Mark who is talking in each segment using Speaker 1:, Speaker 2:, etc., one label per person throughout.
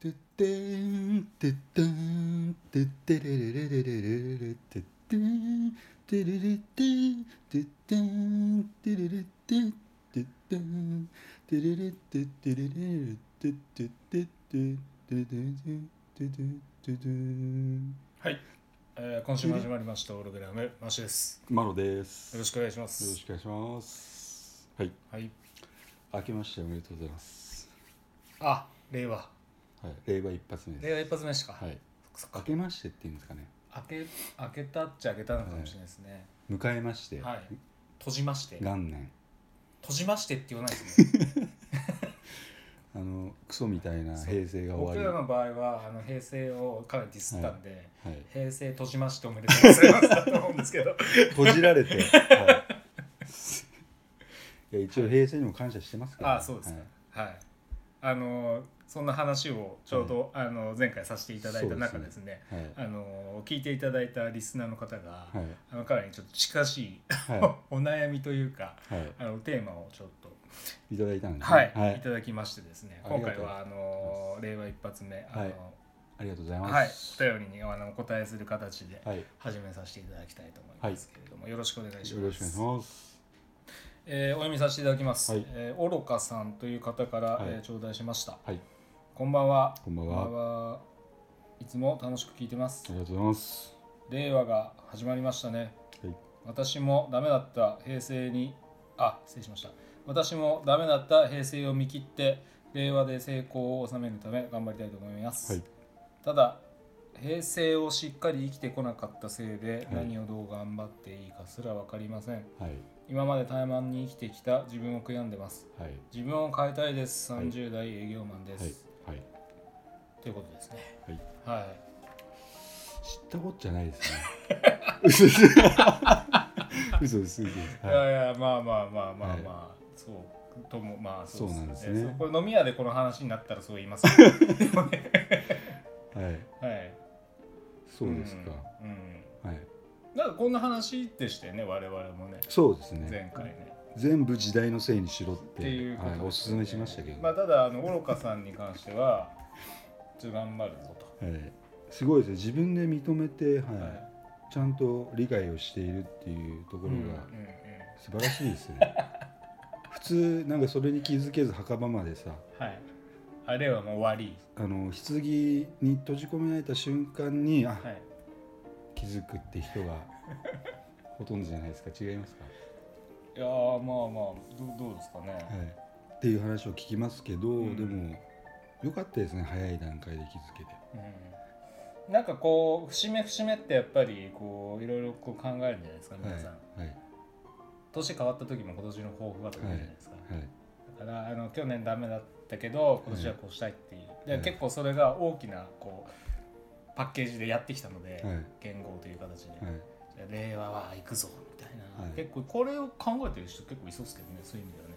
Speaker 1: トゥッテントゥッテントゥッテレレレレレレレトゥッテントゥルルテントゥッテントゥルルテントゥッテントゥルルテントゥルルルトゥッテントゥッテントゥルルルトゥッテントゥルルルトゥッテントゥルルルトゥッテントゥルルルトゥッテン
Speaker 2: はい、えー今週も始まりましたオログラムマシです
Speaker 1: マロです
Speaker 2: よろしくお願いしま
Speaker 1: よろし
Speaker 2: す
Speaker 1: くお願いしますはい
Speaker 2: はい
Speaker 1: 明けましておめでとうございます
Speaker 2: あ令和
Speaker 1: はい令和一発目です
Speaker 2: 令和一発目でしたか、
Speaker 1: はい
Speaker 2: そっ
Speaker 1: 明
Speaker 2: か
Speaker 1: けましてっていうんですかね
Speaker 2: 開け開けたっちゃ開けたのかもしれないですね
Speaker 1: 迎えまして、
Speaker 2: はい、閉じまして閉
Speaker 1: 元年
Speaker 2: じましてって言わな いですね
Speaker 1: あのクソみたいな
Speaker 2: そう
Speaker 1: 平成が
Speaker 2: 僕
Speaker 1: 終
Speaker 2: ら
Speaker 1: わ
Speaker 2: の場合はあの平成をかなりディスったんで、
Speaker 1: り、はい、
Speaker 2: 平成閉じましておめでとうございますだと思うんです けど
Speaker 1: 閉じら れて、はい、いや一応平成にも感謝してますけど、
Speaker 2: あそうです
Speaker 1: はい
Speaker 2: かはい、あのーそんな話をちょうど、あのー前回させていただいた中ですね
Speaker 1: はい
Speaker 2: あのー聞いていただいたリスナーの方が、
Speaker 1: はい
Speaker 2: あのかなりちょっと近しい
Speaker 1: は
Speaker 2: お悩みというか
Speaker 1: い、はい
Speaker 2: あのテーマをちょっと、
Speaker 1: い、ただいたんです、ね、
Speaker 2: はい、
Speaker 1: はいい、
Speaker 2: ただきましてですね
Speaker 1: あり
Speaker 2: 今
Speaker 1: がとう
Speaker 2: 回はあの令和一発目あ
Speaker 1: は
Speaker 2: の、はいい
Speaker 1: ありがとうございます
Speaker 2: お便りにあのお答えする形で
Speaker 1: はい、よ
Speaker 2: 始めさせていただきたいと思いますけれども、よろしくお願いし
Speaker 1: ろしく
Speaker 2: ま
Speaker 1: お願いし
Speaker 2: す。
Speaker 1: ます
Speaker 2: えーお読みさせていただきます。
Speaker 1: はい
Speaker 2: えー愚かさんという方から、
Speaker 1: はい
Speaker 2: えー頂戴しました。
Speaker 1: はい
Speaker 2: こんばんは。
Speaker 1: こんばん
Speaker 2: こ
Speaker 1: は
Speaker 2: んばんはいつも楽しく聞いてます
Speaker 1: あり。がとうございます
Speaker 2: 令和が始まりましたね。
Speaker 1: はい
Speaker 2: 私もダメだった平成にあ失礼しました私もダメだった平成を見切って令和で成功を収めるため頑張りたいと思います、
Speaker 1: はい
Speaker 2: ただ平成をしっかり生きてこなかったせいで
Speaker 1: はい
Speaker 2: 何をどう頑張っていいかすら分かりません、
Speaker 1: はい
Speaker 2: 今まで怠慢に生きてきた自分を悔やんでます
Speaker 1: はい
Speaker 2: 自分を変えたいです
Speaker 1: はい
Speaker 2: 30代営業マンです、
Speaker 1: はいはい
Speaker 2: ということですね
Speaker 1: はい
Speaker 2: はい
Speaker 1: 知ったこっちゃない ですね嘘です嘘です嘘です
Speaker 2: い
Speaker 1: はい
Speaker 2: やいやまあまあまあまあまあ、
Speaker 1: はい
Speaker 2: そうともまあ
Speaker 1: そうなんですね
Speaker 2: えそうこれ飲み屋でこの話になったらそう言います けど
Speaker 1: はい
Speaker 2: はい
Speaker 1: そうですか、
Speaker 2: うん、
Speaker 1: はい
Speaker 2: うんなんかこんな話でしたよね我々もね
Speaker 1: そうですね
Speaker 2: 前回ね
Speaker 1: 全部時代のせいにしろっ
Speaker 2: ってていうこと
Speaker 1: はい、おすすめしましたけど、
Speaker 2: まあただあの愚かさんに関してはちょっと頑張るぞと
Speaker 1: はい、すごいですね自分で認めて、はい
Speaker 2: はい
Speaker 1: ちゃんと理解をしているっていうとこ
Speaker 2: う
Speaker 1: ろ
Speaker 2: んうんうん
Speaker 1: が素晴らしいですね 普通なんかそれに気づけず墓場までさ
Speaker 2: はいあれはもう終わり
Speaker 1: あの棺に閉じ込められた瞬間にあ、
Speaker 2: はい
Speaker 1: 気づくって人がほとんどじゃないですか違いますか、
Speaker 2: いやーまあまあどどうですかね、
Speaker 1: はい、っていう話を聞きますけど、
Speaker 2: ん
Speaker 1: でも良かったですね早い段階で気づけて。
Speaker 2: うんなんかこう節目節目ってやっぱりこういろいろこう考えるんじゃないですか
Speaker 1: はい
Speaker 2: 皆さん、
Speaker 1: はい
Speaker 2: 年変わった時も今年の抱負がとか言うじゃないですか、
Speaker 1: はい
Speaker 2: だからあの去年ダメだったけど今年はこうしたいっていう、
Speaker 1: は
Speaker 2: で
Speaker 1: い
Speaker 2: 結構それが大きなこうパッケージでやってきたので、
Speaker 1: はい
Speaker 2: 言語という形で、
Speaker 1: はい
Speaker 2: 令和は行くぞみたいな、
Speaker 1: はい
Speaker 2: 結構これを考えてる人結構いそうですけどねそういう意味ではね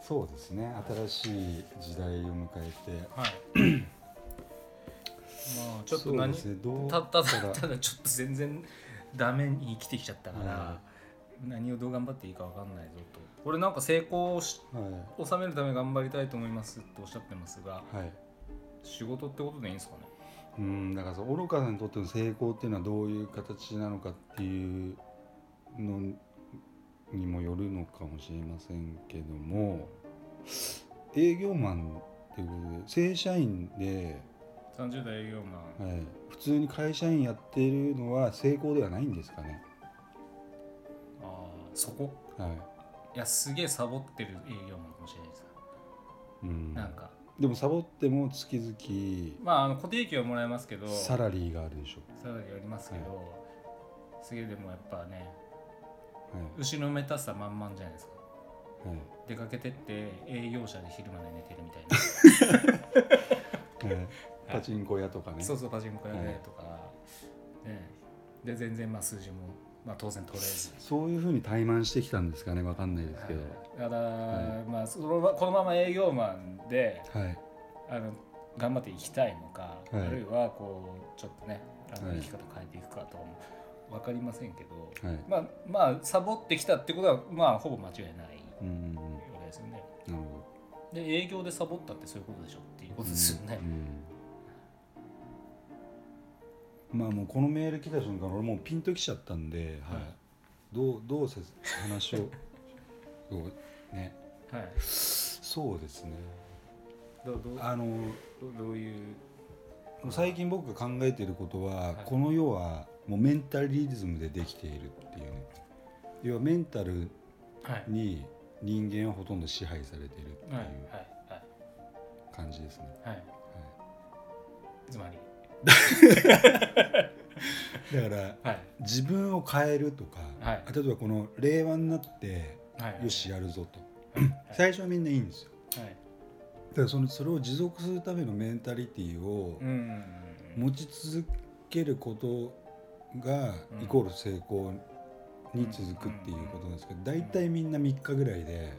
Speaker 1: そうですね新しい時代を迎えて
Speaker 2: はい まあちょっと
Speaker 1: そう
Speaker 2: 何
Speaker 1: ですねどう
Speaker 2: たただ
Speaker 1: ただ
Speaker 2: ただちょっと全然ダメに生きてきちゃったから、
Speaker 1: は
Speaker 2: 何をどう頑張っていいか分かんないぞと俺なんか成功をし
Speaker 1: は
Speaker 2: 収めるために頑張りたいと思いますとおっしゃってますが
Speaker 1: いはい
Speaker 2: 仕事ってことでいいんですかね
Speaker 1: うんだからその愚かさんにとっての成功っていうのはどういう形なのかっていうのにもよるのかもしれませんけども営業マンっていうことで正社員で、
Speaker 2: 30代営業マン
Speaker 1: はい、普通に会社員やってるのは成功ではないんですかね、
Speaker 2: あーそこ
Speaker 1: はい
Speaker 2: いやすげえサボってる営業マンかもしれないです
Speaker 1: うん、
Speaker 2: なんか
Speaker 1: でもサボっても月々
Speaker 2: まああの固定給はもらえますけど
Speaker 1: サラリーがあるでしょ、
Speaker 2: サラリーありますけど、すげえでもやっぱね
Speaker 1: はい
Speaker 2: 後ろめたさ満々じゃないですか
Speaker 1: はい
Speaker 2: 出かけてって営業者で昼まで寝てるみたいな
Speaker 1: えーパチンコ屋とかね。
Speaker 2: そうそうパチンコ屋
Speaker 1: は
Speaker 2: で
Speaker 1: い
Speaker 2: とか、ねで全然まあ数字も、まあ、当然取れず
Speaker 1: そういうふうに怠慢してきたんですかね、わかんないですけど。
Speaker 2: だから、
Speaker 1: は
Speaker 2: まあそのこのまま営業マンで
Speaker 1: はい。
Speaker 2: あの頑張っていきたいのか、
Speaker 1: はい
Speaker 2: あるいはこうちょっとねあの
Speaker 1: はい
Speaker 2: 生き方変えていくかとかも分かりませんけど、
Speaker 1: はい。
Speaker 2: まあまあサボってきたってことはまあほぼ間違いない
Speaker 1: うんうんうん。なる
Speaker 2: わけですよね
Speaker 1: ほど。
Speaker 2: で営業でサボったってそういうことでしょっていうことですよね、
Speaker 1: うんまあもうこのメール来た瞬間俺もうピンときちゃったんで、はい
Speaker 2: はい
Speaker 1: どうどうせ話をこうね
Speaker 2: はい
Speaker 1: そうですね
Speaker 2: どうどう
Speaker 1: あの
Speaker 2: どうどういう
Speaker 1: 最近僕が考えていることは、
Speaker 2: はい
Speaker 1: この世はもうメンタリズムでできているっていうね要はメンタル
Speaker 2: はい
Speaker 1: に人間はほとんど支配されているってい
Speaker 2: はいはいう
Speaker 1: 感じですね、
Speaker 2: はいはいつまり
Speaker 1: はいだから
Speaker 2: はい
Speaker 1: 自分を変えるとか、
Speaker 2: はい
Speaker 1: 例えばこの令和になって
Speaker 2: はい
Speaker 1: よしやるぞと、
Speaker 2: はい
Speaker 1: 最初はみんないいんですよ
Speaker 2: はい
Speaker 1: だからそのそれを持続するためのメンタリティを
Speaker 2: うんうんうんうん
Speaker 1: 持ち続けることが
Speaker 2: うん
Speaker 1: イコール成功に続くっていうことなんですけど大体みんな3日ぐらいで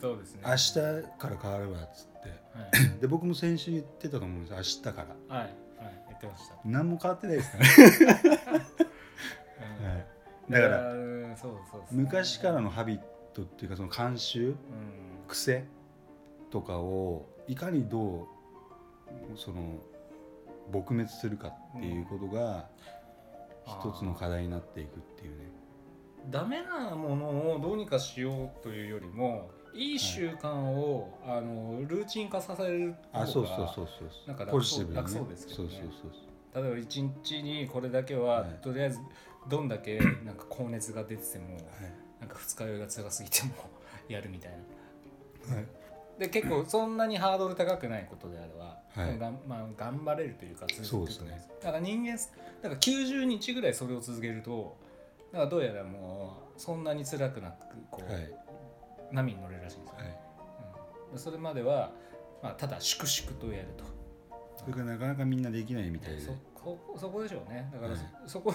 Speaker 2: そうですね
Speaker 1: 明日から変わればっつって
Speaker 2: はい
Speaker 1: で僕も先週言ってたと思うんですよ明日から
Speaker 2: はいはい言ってました
Speaker 1: 何も変わってないですからね、だか
Speaker 2: うんいや
Speaker 1: ら
Speaker 2: ーそうそうそう
Speaker 1: 昔からのハビットっていうかその慣習
Speaker 2: うん
Speaker 1: 癖とかをいかにどうその撲滅するかっていうことが一つの課題になっていくっていうね、
Speaker 2: ダメなものをどうにかしようというよりもいい習慣を、あのルーチン化させる
Speaker 1: あそうそう
Speaker 2: う
Speaker 1: そうそう
Speaker 2: なんか楽
Speaker 1: ポジティブにね
Speaker 2: 楽そうですけどね
Speaker 1: そうそうそうそう
Speaker 2: 例えば一日にこれだけは、
Speaker 1: はい
Speaker 2: とりあえずどんだけなんか高熱が出てても
Speaker 1: は、
Speaker 2: なんか二日酔いが辛すぎてもやるみたいない
Speaker 1: はい、
Speaker 2: で結構そんなにハードル高くないことであれば、
Speaker 1: はい
Speaker 2: がんまあ、頑張れるというか続く
Speaker 1: そうですね
Speaker 2: だから人間だから90日ぐらいそれを続けるとなんかどうやらもうそんなに辛くなくこう、
Speaker 1: はい
Speaker 2: 波に乗れるらしいんですよ、
Speaker 1: はい
Speaker 2: うん、それまでは、まあ、ただ粛々とやると
Speaker 1: それがなかなかみんなできないみたいで
Speaker 2: そこそこでしょうねだからそ,、
Speaker 1: は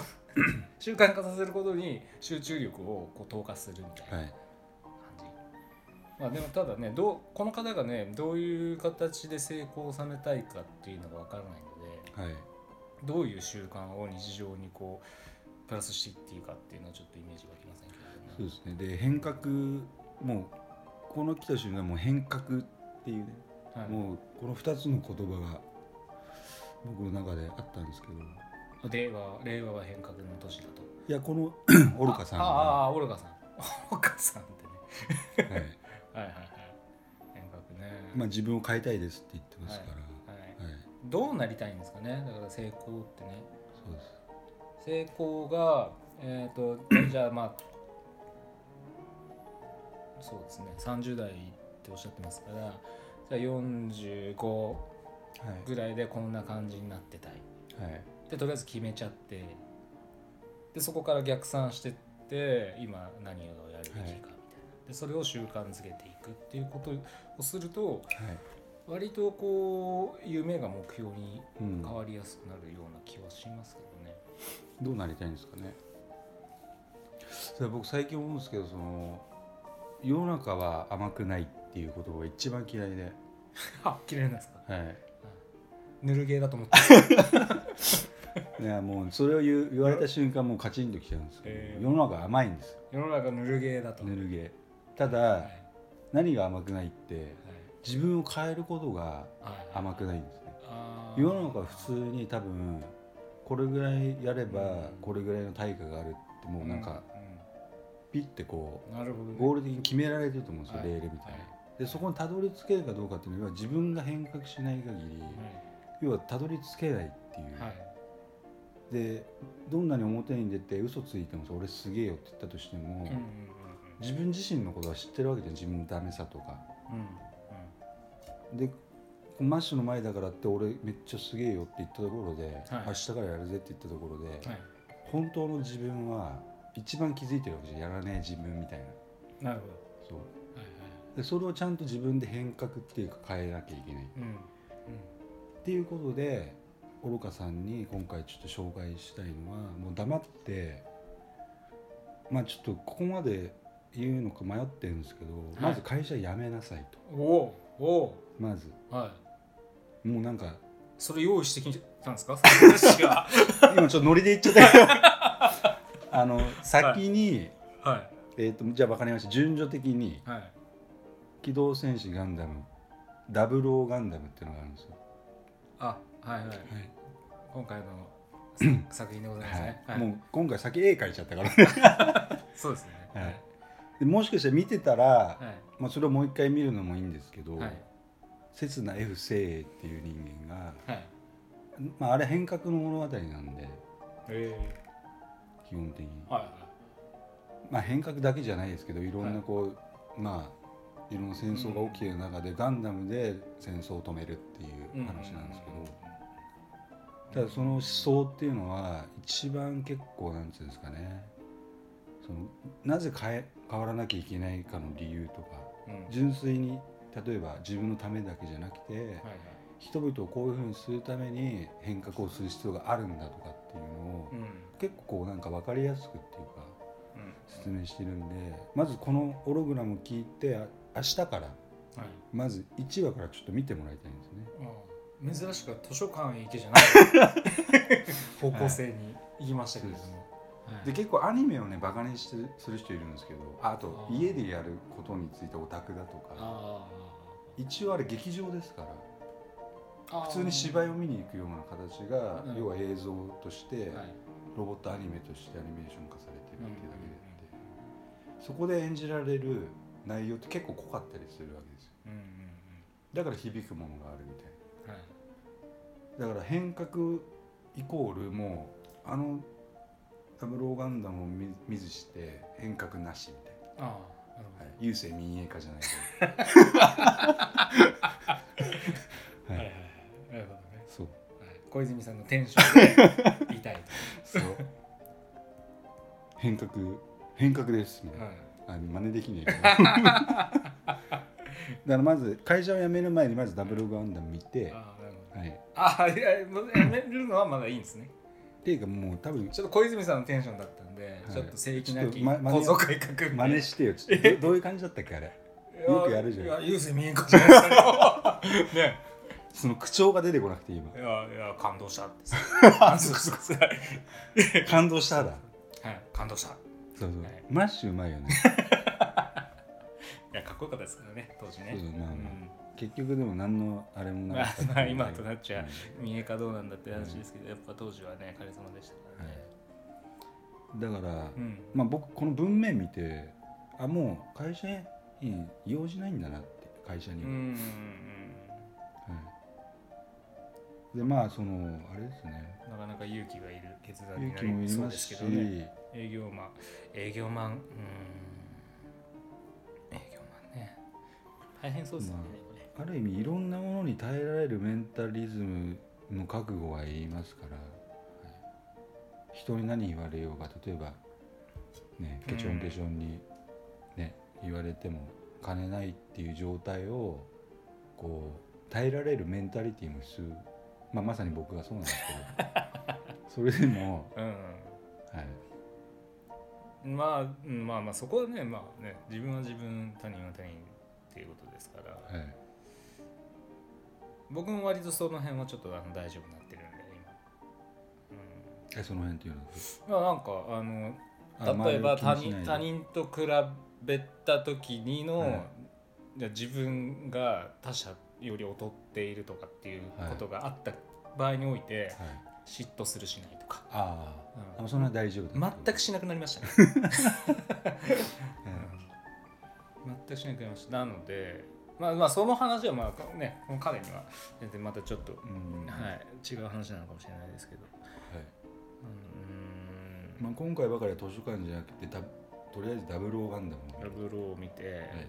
Speaker 1: い
Speaker 2: こ 習慣化させることに集中力をこう投下するみたいな
Speaker 1: は
Speaker 2: 感
Speaker 1: い
Speaker 2: じ、まあ、でもただねどうこの方がねどういう形で成功を収めたいかっていうのが分からないので
Speaker 1: はい
Speaker 2: どういう習慣を日常にこうプラスしていっていいかっていうのはちょっとイメージ湧きませんけ
Speaker 1: そう
Speaker 2: どね
Speaker 1: ですねで変革もうこの来た瞬間もう変革っていうね、
Speaker 2: はい
Speaker 1: もうこの2つの言葉が僕の中であったんですけどい
Speaker 2: 令和令和は変革の年だと
Speaker 1: やこ のオルカさん
Speaker 2: あ
Speaker 1: が、
Speaker 2: あ
Speaker 1: は
Speaker 2: あオルカさんオルカさんってね
Speaker 1: い
Speaker 2: はいはいはい変革ね、
Speaker 1: まあ、自分を変えたいですって言ってますから、
Speaker 2: はい、
Speaker 1: はい
Speaker 2: どうなりたいんですかねだから成功ってね
Speaker 1: そうです
Speaker 2: 成功がえっ、とじゃあまあそうですね30代っておっしゃってますからじゃあ45ぐらいでこんな感じになってたい
Speaker 1: はい、はい
Speaker 2: でとりあえず決めちゃってでそこから逆算してって今何をやるべきかみたいな、でそれを習慣づけていくっていうことをすると
Speaker 1: はい
Speaker 2: 割とこう夢が目標に
Speaker 1: うん、
Speaker 2: 変わりやすくなるような気はしますけどね。
Speaker 1: どうなりたいんですかねそれは僕最近思うんですけどその世の中は甘くないっていう言葉が一番嫌いで、
Speaker 2: あ、切れるんですか。
Speaker 1: はい、
Speaker 2: ぬるゲーだと思って。
Speaker 1: いやもうそれを言う言われた瞬間もうカチンときちゃうんですけど、
Speaker 2: えー
Speaker 1: 世の中甘いんですよ
Speaker 2: 世の中ぬるゲーだと。
Speaker 1: ぬるげただ、
Speaker 2: はい。
Speaker 1: 何が甘くないって
Speaker 2: は
Speaker 1: 自分を変えることが
Speaker 2: い。はい。
Speaker 1: 甘く
Speaker 2: い。
Speaker 1: ないんですね
Speaker 2: あー
Speaker 1: 世の中は普通。に多分これぐらいやれば
Speaker 2: うん
Speaker 1: これぐらいの対価があるってもうなんか
Speaker 2: う
Speaker 1: ピッてこ
Speaker 2: ん。なるほど
Speaker 1: う
Speaker 2: ね。
Speaker 1: ゴール的に決められてると思うんですよ
Speaker 2: はい
Speaker 1: レールみたい
Speaker 2: は
Speaker 1: な。でそこにたどり着けるかどうかっていうのは自分が変革しない限り要はたどり着けないっていう、
Speaker 2: はい。はい。
Speaker 1: でどんなに表に出て嘘ついてもさ俺すげえよって言ったとしても、
Speaker 2: うんうん
Speaker 1: 自分自身のことは知ってるわけじゃん自分のダメさとか
Speaker 2: うんうん。
Speaker 1: でマッシュの前だからって俺めっちゃすげえよって言ったところで、
Speaker 2: はい
Speaker 1: 明日からやるぜって言ったところで、
Speaker 2: うん。はい。
Speaker 1: 本当の自分は一番気づいてるわけじゃんやらねえ自分みたいな
Speaker 2: なるほど。
Speaker 1: そう
Speaker 2: はいはい。
Speaker 1: でそれをちゃんと自分で変革っていうか変えなきゃいけない
Speaker 2: うん。うん。
Speaker 1: っていうことで愚かさんに今回ちょっと紹介したいのはもう黙ってまあちょっとここまで言うのか迷ってるんですけど、
Speaker 2: は
Speaker 1: ま
Speaker 2: い
Speaker 1: ず会社辞めなさいと
Speaker 2: おお。お
Speaker 1: まず
Speaker 2: お。はい。
Speaker 1: もうなんか
Speaker 2: それ用意してきたんですか。その 話が
Speaker 1: 今ちょっとノリで言っちゃったけど あの先に、
Speaker 2: は
Speaker 1: えー、とじゃあ分かりました順序的に
Speaker 2: い。はい。
Speaker 1: 「機動戦士ガンダム」「ダブルオーガンダム」っていうのがあるんですよ、
Speaker 2: あ、はいはい。
Speaker 1: はい、
Speaker 2: 今回の。 作品でございますね。
Speaker 1: は、
Speaker 2: はいい
Speaker 1: もう今回先絵描いちゃったからね
Speaker 2: そうですね。
Speaker 1: はい
Speaker 2: はい
Speaker 1: でもしかして見てたら、まあ、それをもう一回見るのもいいんですけど、
Speaker 2: はい
Speaker 1: 刹那 F 聖っていう人間が、
Speaker 2: はい。
Speaker 1: まあ、あれ変革の物語なんで
Speaker 2: え
Speaker 1: 基本的に、
Speaker 2: えはいは
Speaker 1: まあ、変革だけじゃないですけどいろんなこう、まあいろんな戦争が起きてる中で、ガンダムで戦争を止めるってい
Speaker 2: い。う
Speaker 1: う話なんですけど、ただその思想っていうのは一番結構なんていうんですかねそのなぜ変え変わらなきゃいけないかの理由とか
Speaker 2: うん、うん、
Speaker 1: 純粋に例えば自分のためだけじゃなくて
Speaker 2: はいはい。
Speaker 1: 人々をこういうふうにするために変革をする必要があるんだとかっていうのを
Speaker 2: うん、
Speaker 1: 結構こうなんか分かりやすくっていうか
Speaker 2: うん、
Speaker 1: 説明してるんでまずこのオログラム聞いてあ明日から
Speaker 2: はい。
Speaker 1: まず1話からちょっと見てもらいたいんですね。
Speaker 2: うん珍しく図書館へ行けじゃない方向性に行きましたけれども、
Speaker 1: で
Speaker 2: はい
Speaker 1: 結構アニメをねバカにしてする人いるんですけどああと
Speaker 2: あー
Speaker 1: 家でやることについてオタクだとか
Speaker 2: あ
Speaker 1: 一応あれ劇場ですから
Speaker 2: あ
Speaker 1: 普通に芝居を
Speaker 2: は
Speaker 1: 見に行くような形が
Speaker 2: うん
Speaker 1: 要は映像として
Speaker 2: い、
Speaker 1: ロボットアニメとしてアニメーション化されてるっていうだけであってそこで演じられる内容って結構濃かったりするわけですよ
Speaker 2: うんうん
Speaker 1: だから響くものがあるみたい
Speaker 2: うんは
Speaker 1: なだ
Speaker 2: い
Speaker 1: から変革イコールもうあのダブローガンダムを見見ずして変革なしみたいな。
Speaker 2: ああなるほ
Speaker 1: はい、郵政民営化じゃないけど、
Speaker 2: ど
Speaker 1: は
Speaker 2: は
Speaker 1: い、
Speaker 2: いはいはいなるほど ね、
Speaker 1: そう
Speaker 2: はい、小泉さんのテンションで痛い
Speaker 1: そう変革変革ですみた
Speaker 2: と、
Speaker 1: い
Speaker 2: は、
Speaker 1: ないあ真似できねえけど だからまず会社を辞める前にまずダブルガンダム見て、は
Speaker 2: ああなるほど
Speaker 1: い、っ
Speaker 2: ああいややめるのはまだいいんですね
Speaker 1: ていうかもう多分
Speaker 2: ちょっと小泉さんのテンションだったんで、
Speaker 1: い
Speaker 2: ちょっと正規なき
Speaker 1: ちょっとま
Speaker 2: 構造改革
Speaker 1: 真似
Speaker 2: し
Speaker 1: してよちょっとどどういう感じだったっけあれよくやるじゃん
Speaker 2: いや郵政民営化じゃないですかね
Speaker 1: その口調が出てこなくて 今
Speaker 2: いやいや感動したってさ感動したはい
Speaker 1: 感動しただ
Speaker 2: 感動したい
Speaker 1: そうそう、
Speaker 2: はい
Speaker 1: マッシュうまいよね
Speaker 2: やかっこよかったですからね当時
Speaker 1: そうそう
Speaker 2: ね
Speaker 1: まあ
Speaker 2: う
Speaker 1: まあ、
Speaker 2: ん
Speaker 1: 結局でも何のあれもなかったっていう
Speaker 2: まあ 今となっちゃうん民営化どうなんだって話ですけどやっぱ当時はねカリスマでしたからね
Speaker 1: はい、だから、
Speaker 2: うん
Speaker 1: まあ、僕この文面見てあもう会社に用事ないんだなって会社に
Speaker 2: う
Speaker 1: は、
Speaker 2: ん
Speaker 1: はいでまあそのあれですね
Speaker 2: なかなか勇気がいる決断に
Speaker 1: 勇
Speaker 2: な
Speaker 1: 気もい
Speaker 2: り
Speaker 1: り
Speaker 2: そう
Speaker 1: ま
Speaker 2: ですすけ
Speaker 1: し
Speaker 2: どね営業マン営業マンうん営業マンね大変そうですよね
Speaker 1: まある意味いろんなものに耐えられるメンタリズムの覚悟は言いますから、はい人に何言われようが例えばねケチョンケチョンに、ね言われても金ないっていう状態をこう耐えられるメンタリティも必要、まあ、まさに僕がそうなんですけ どそれでも、
Speaker 2: これ
Speaker 1: はい、
Speaker 2: うんまあうんまあまあそこはねまあね自分は自分他人は他人っていうことですから
Speaker 1: はい、
Speaker 2: 僕も割とその辺はちょっとあの大丈夫になってるんで
Speaker 1: えその辺っていうのは
Speaker 2: 今、うん、まあなんかあの
Speaker 1: あまあ
Speaker 2: 例えば
Speaker 1: 気にしない
Speaker 2: 他人
Speaker 1: で
Speaker 2: 他人と比べた時にの、
Speaker 1: はい
Speaker 2: じゃあ自分が他者より劣っているとかっていうことがあった場合において、
Speaker 1: はい、
Speaker 2: 嫉妬するしないとか、
Speaker 1: あ
Speaker 2: う
Speaker 1: あ
Speaker 2: ん
Speaker 1: あそんな大丈夫だ
Speaker 2: 全くしなくなりましたね、
Speaker 1: うん
Speaker 2: 全くしなくなりましたなのでまあまあその話はまあねこの彼には全然またちょっと、
Speaker 1: うん
Speaker 2: は
Speaker 1: はい
Speaker 2: い、違う話なのかもしれないですけどうん
Speaker 1: まあ、今回ばかりは図書館じゃなくてだとりあえずダブルオーガンダム
Speaker 2: ラブローを見て、
Speaker 1: い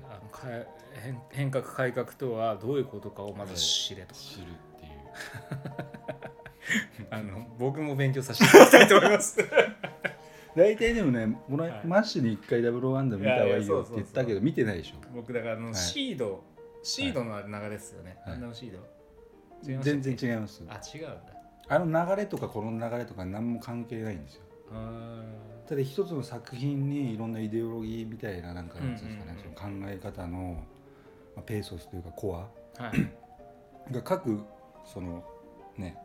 Speaker 2: あのかえ変変革改革とはどういうことかをまず知れと、
Speaker 1: 知るっていう
Speaker 2: あの僕も勉強させていただきたいと思います
Speaker 1: 大体でもねもら、
Speaker 2: はい
Speaker 1: マッシュに一回ダブルオーガンダム見た方がいい
Speaker 2: いやいやそう
Speaker 1: よ
Speaker 2: そう
Speaker 1: って
Speaker 2: そう
Speaker 1: 言ったけど見てないでし
Speaker 2: 僕だからあの、
Speaker 1: はい
Speaker 2: シードシードの流れですよね、
Speaker 1: はい
Speaker 2: あんなのシード違い
Speaker 1: ょ
Speaker 2: ました
Speaker 1: 全然違います
Speaker 2: あ違うんだ
Speaker 1: あの流れとかこの流れとか何も関係ないんですよ
Speaker 2: あー
Speaker 1: ただ一つの作品にいろんなイデオロギーみたいななんかなんていうんですかね
Speaker 2: うんうんうん
Speaker 1: その考え方の、まあ、ペーソスというかコア
Speaker 2: はい、
Speaker 1: が各そのね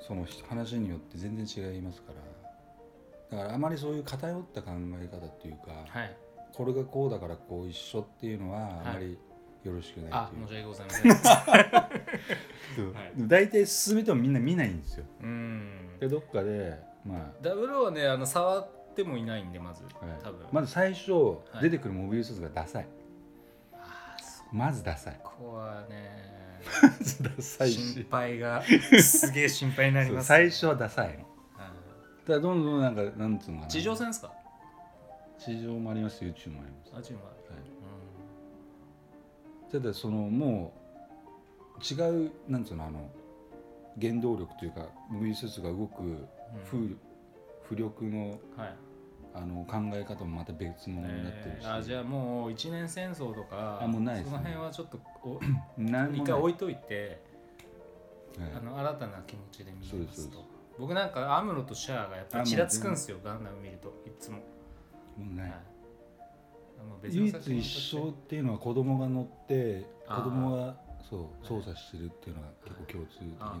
Speaker 1: その話によって全然違いますからだからあまりそういう偏った考え方っていうか、
Speaker 2: はい、
Speaker 1: これがこうだからこう一緒っていうのはあまりよろしくない
Speaker 2: あ
Speaker 1: っていう
Speaker 2: 申し訳ございませ ん
Speaker 1: そう
Speaker 2: はい
Speaker 1: でも大体進めてもみんな見ないんですよ
Speaker 2: うーん
Speaker 1: だけどっかでま
Speaker 2: ダブルはねあの触ってもいないんでまず、
Speaker 1: あ、はい
Speaker 2: 多分、
Speaker 1: まず最初
Speaker 2: はい
Speaker 1: 出てくるモビルスーツがダサい
Speaker 2: あーそ
Speaker 1: まずダサい
Speaker 2: こはね
Speaker 1: まずダサい
Speaker 2: 心
Speaker 1: し
Speaker 2: 配がすげえ心配になり
Speaker 1: そう
Speaker 2: ます、
Speaker 1: 最初はダサいの
Speaker 2: あ
Speaker 1: ただどんどんなんかなんつうのか
Speaker 2: ー
Speaker 1: な
Speaker 2: 地上戦ですか
Speaker 1: 地上もありますし宇宙もあります、
Speaker 2: あ地上は
Speaker 1: は
Speaker 2: う
Speaker 1: い、ただそのもう違うなんつうのあの原動力というかモビルスーツが動く
Speaker 2: んうん
Speaker 1: 風,、浮力の
Speaker 2: はい
Speaker 1: あの考え方もまた別物になってる
Speaker 2: え
Speaker 1: し、
Speaker 2: ーあじゃあもう一年戦争とか
Speaker 1: あもうないですね
Speaker 2: その辺はちょっとお
Speaker 1: なんもない
Speaker 2: 一回置いといて、
Speaker 1: はい
Speaker 2: あの新たな気持ちで見て
Speaker 1: そうで
Speaker 2: ますす
Speaker 1: そう
Speaker 2: と僕なんかアムロとシャアがやっぱりちらつくんですよガンダム見るといつも、
Speaker 1: もう
Speaker 2: は
Speaker 1: ないい
Speaker 2: あの別の
Speaker 1: 唯
Speaker 2: 作品
Speaker 1: 一
Speaker 2: と
Speaker 1: 一
Speaker 2: して
Speaker 1: 緒っていうのは子供が乗って
Speaker 2: あ
Speaker 1: 子
Speaker 2: ー
Speaker 1: 供がそう操作してるっていうのが結構共通的
Speaker 2: あ
Speaker 1: な
Speaker 2: あ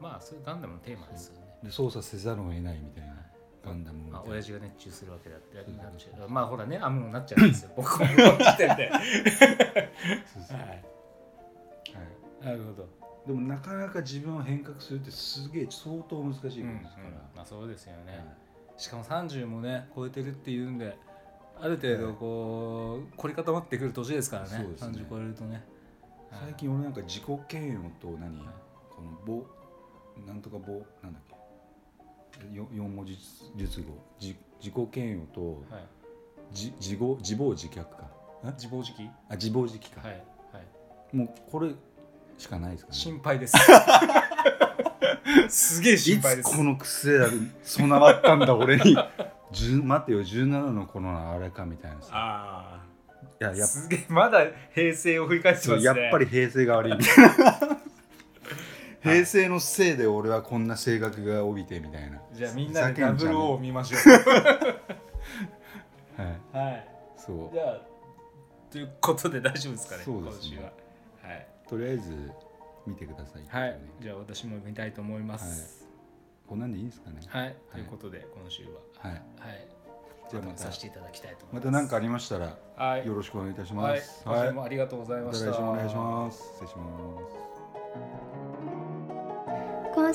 Speaker 2: まあそれガンダムのテーマですよね
Speaker 1: で操作せざるを得ないみたいな
Speaker 2: はい
Speaker 1: ガンダムみた
Speaker 2: まあ
Speaker 1: いな
Speaker 2: 親父が熱中するわけだって
Speaker 1: そう
Speaker 2: なんでしょうまあほらねアムロになっちゃうんですよ 僕もこの時点では
Speaker 1: そうそうはい
Speaker 2: いなるほど
Speaker 1: でもなかなか自分を変革するってすげえ相当難しいことです
Speaker 2: うん
Speaker 1: か
Speaker 2: うん
Speaker 1: ら
Speaker 2: まあそうですよね、
Speaker 1: はい
Speaker 2: しかも30もね超えてるっていうんである程度こう凝り固まってくる年ですからね
Speaker 1: そうですね
Speaker 2: 30超えるとね
Speaker 1: 最近俺なんか自己嫌悪と何
Speaker 2: はい
Speaker 1: この棒なんとか棒なんだっけよ四文字術語じ自己嫌悪と
Speaker 2: はい
Speaker 1: じ自業自暴自虐か
Speaker 2: 自暴自棄
Speaker 1: あ自暴自棄か、
Speaker 2: はいはい
Speaker 1: もうこれしかないですかね
Speaker 2: 心配です すげえ心配で
Speaker 1: いつ
Speaker 2: す
Speaker 1: この癖が備わったんだ俺に じゅ待てよ17の頃のあれかみたいなさ
Speaker 2: あ
Speaker 1: いや
Speaker 2: あ
Speaker 1: やっ
Speaker 2: すげえまだ平成を振り返って
Speaker 1: そ
Speaker 2: ま
Speaker 1: う
Speaker 2: すね
Speaker 1: やっぱり平成が悪いみたいな平成のせいで俺はこんな性格が帯びてみたいな、
Speaker 2: じゃあみん
Speaker 1: ふ
Speaker 2: な
Speaker 1: ざ
Speaker 2: で
Speaker 1: け
Speaker 2: ダ
Speaker 1: んじ
Speaker 2: ブ
Speaker 1: ゃね
Speaker 2: ル
Speaker 1: え
Speaker 2: O を見ましょ
Speaker 1: はい、
Speaker 2: うはい
Speaker 1: そう
Speaker 2: じゃあということで大丈夫ですかね
Speaker 1: そうですね
Speaker 2: 今週ははい
Speaker 1: とりあえず見てください、
Speaker 2: はい
Speaker 1: ね、
Speaker 2: じゃあ私も見たいと思います。
Speaker 1: こんなんでいいんですかね
Speaker 2: はい、ということで今週は、
Speaker 1: はい、
Speaker 2: はい、
Speaker 1: じゃあま
Speaker 2: また
Speaker 1: た
Speaker 2: させていただきたいと思い
Speaker 1: ま
Speaker 2: ます。
Speaker 1: た何かありましたら
Speaker 2: はい、
Speaker 1: よろしくお願いいたし
Speaker 2: は
Speaker 1: ま
Speaker 2: い、
Speaker 1: す、
Speaker 2: 今週もありがとうございま
Speaker 1: また
Speaker 2: した。
Speaker 1: 来週もお願いします失礼します
Speaker 3: 今